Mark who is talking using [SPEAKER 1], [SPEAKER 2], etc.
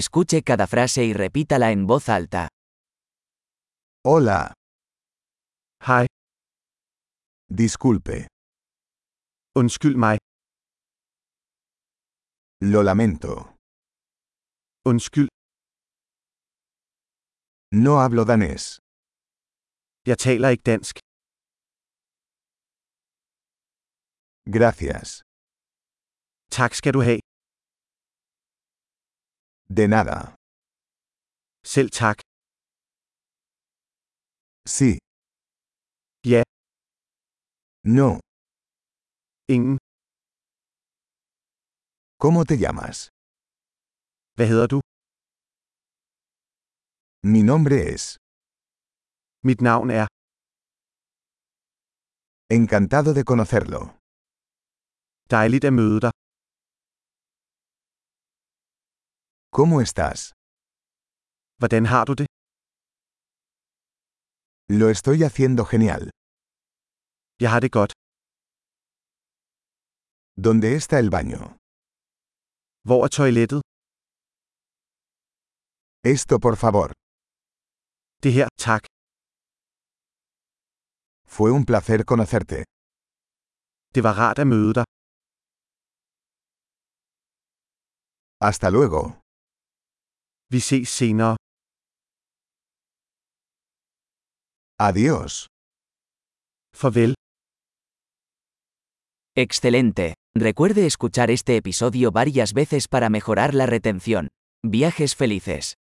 [SPEAKER 1] Escuche cada frase y repítala en voz alta.
[SPEAKER 2] Hola,
[SPEAKER 3] Hej,
[SPEAKER 2] disculpe,
[SPEAKER 3] undskyld mig,
[SPEAKER 2] lo lamento.
[SPEAKER 3] undskyld,
[SPEAKER 2] No hablo danés.
[SPEAKER 3] jeg taler ikke dansk.
[SPEAKER 2] Gracias.
[SPEAKER 3] Tak skal du have.
[SPEAKER 2] De nada.
[SPEAKER 3] Selv tak.
[SPEAKER 2] Sí.
[SPEAKER 3] Ya.
[SPEAKER 2] No.
[SPEAKER 3] Ingen.
[SPEAKER 2] ¿Cómo te llamas?
[SPEAKER 3] Hvad hedder du?
[SPEAKER 2] Mi nombre es.
[SPEAKER 3] Mit navn er.
[SPEAKER 2] Encantado de conocerlo.
[SPEAKER 3] Dejligt at møde dig.
[SPEAKER 2] ¿Cómo estás?
[SPEAKER 3] Hvordan har du det?
[SPEAKER 2] Lo estoy haciendo genial.
[SPEAKER 3] Jeg har det godt.
[SPEAKER 2] ¿Dónde está el baño?
[SPEAKER 3] Hvor er toilettet?
[SPEAKER 2] Esto, por favor.
[SPEAKER 3] Det her, tak.
[SPEAKER 2] Fue un placer conocerte.
[SPEAKER 3] Det var rart at møde dig.
[SPEAKER 2] Hasta luego.
[SPEAKER 3] Vi ses senere.
[SPEAKER 2] Adiós.
[SPEAKER 3] Farvel.
[SPEAKER 1] Excelente. Recuerde escuchar este episodio varias veces para mejorar la retención. Viajes felices.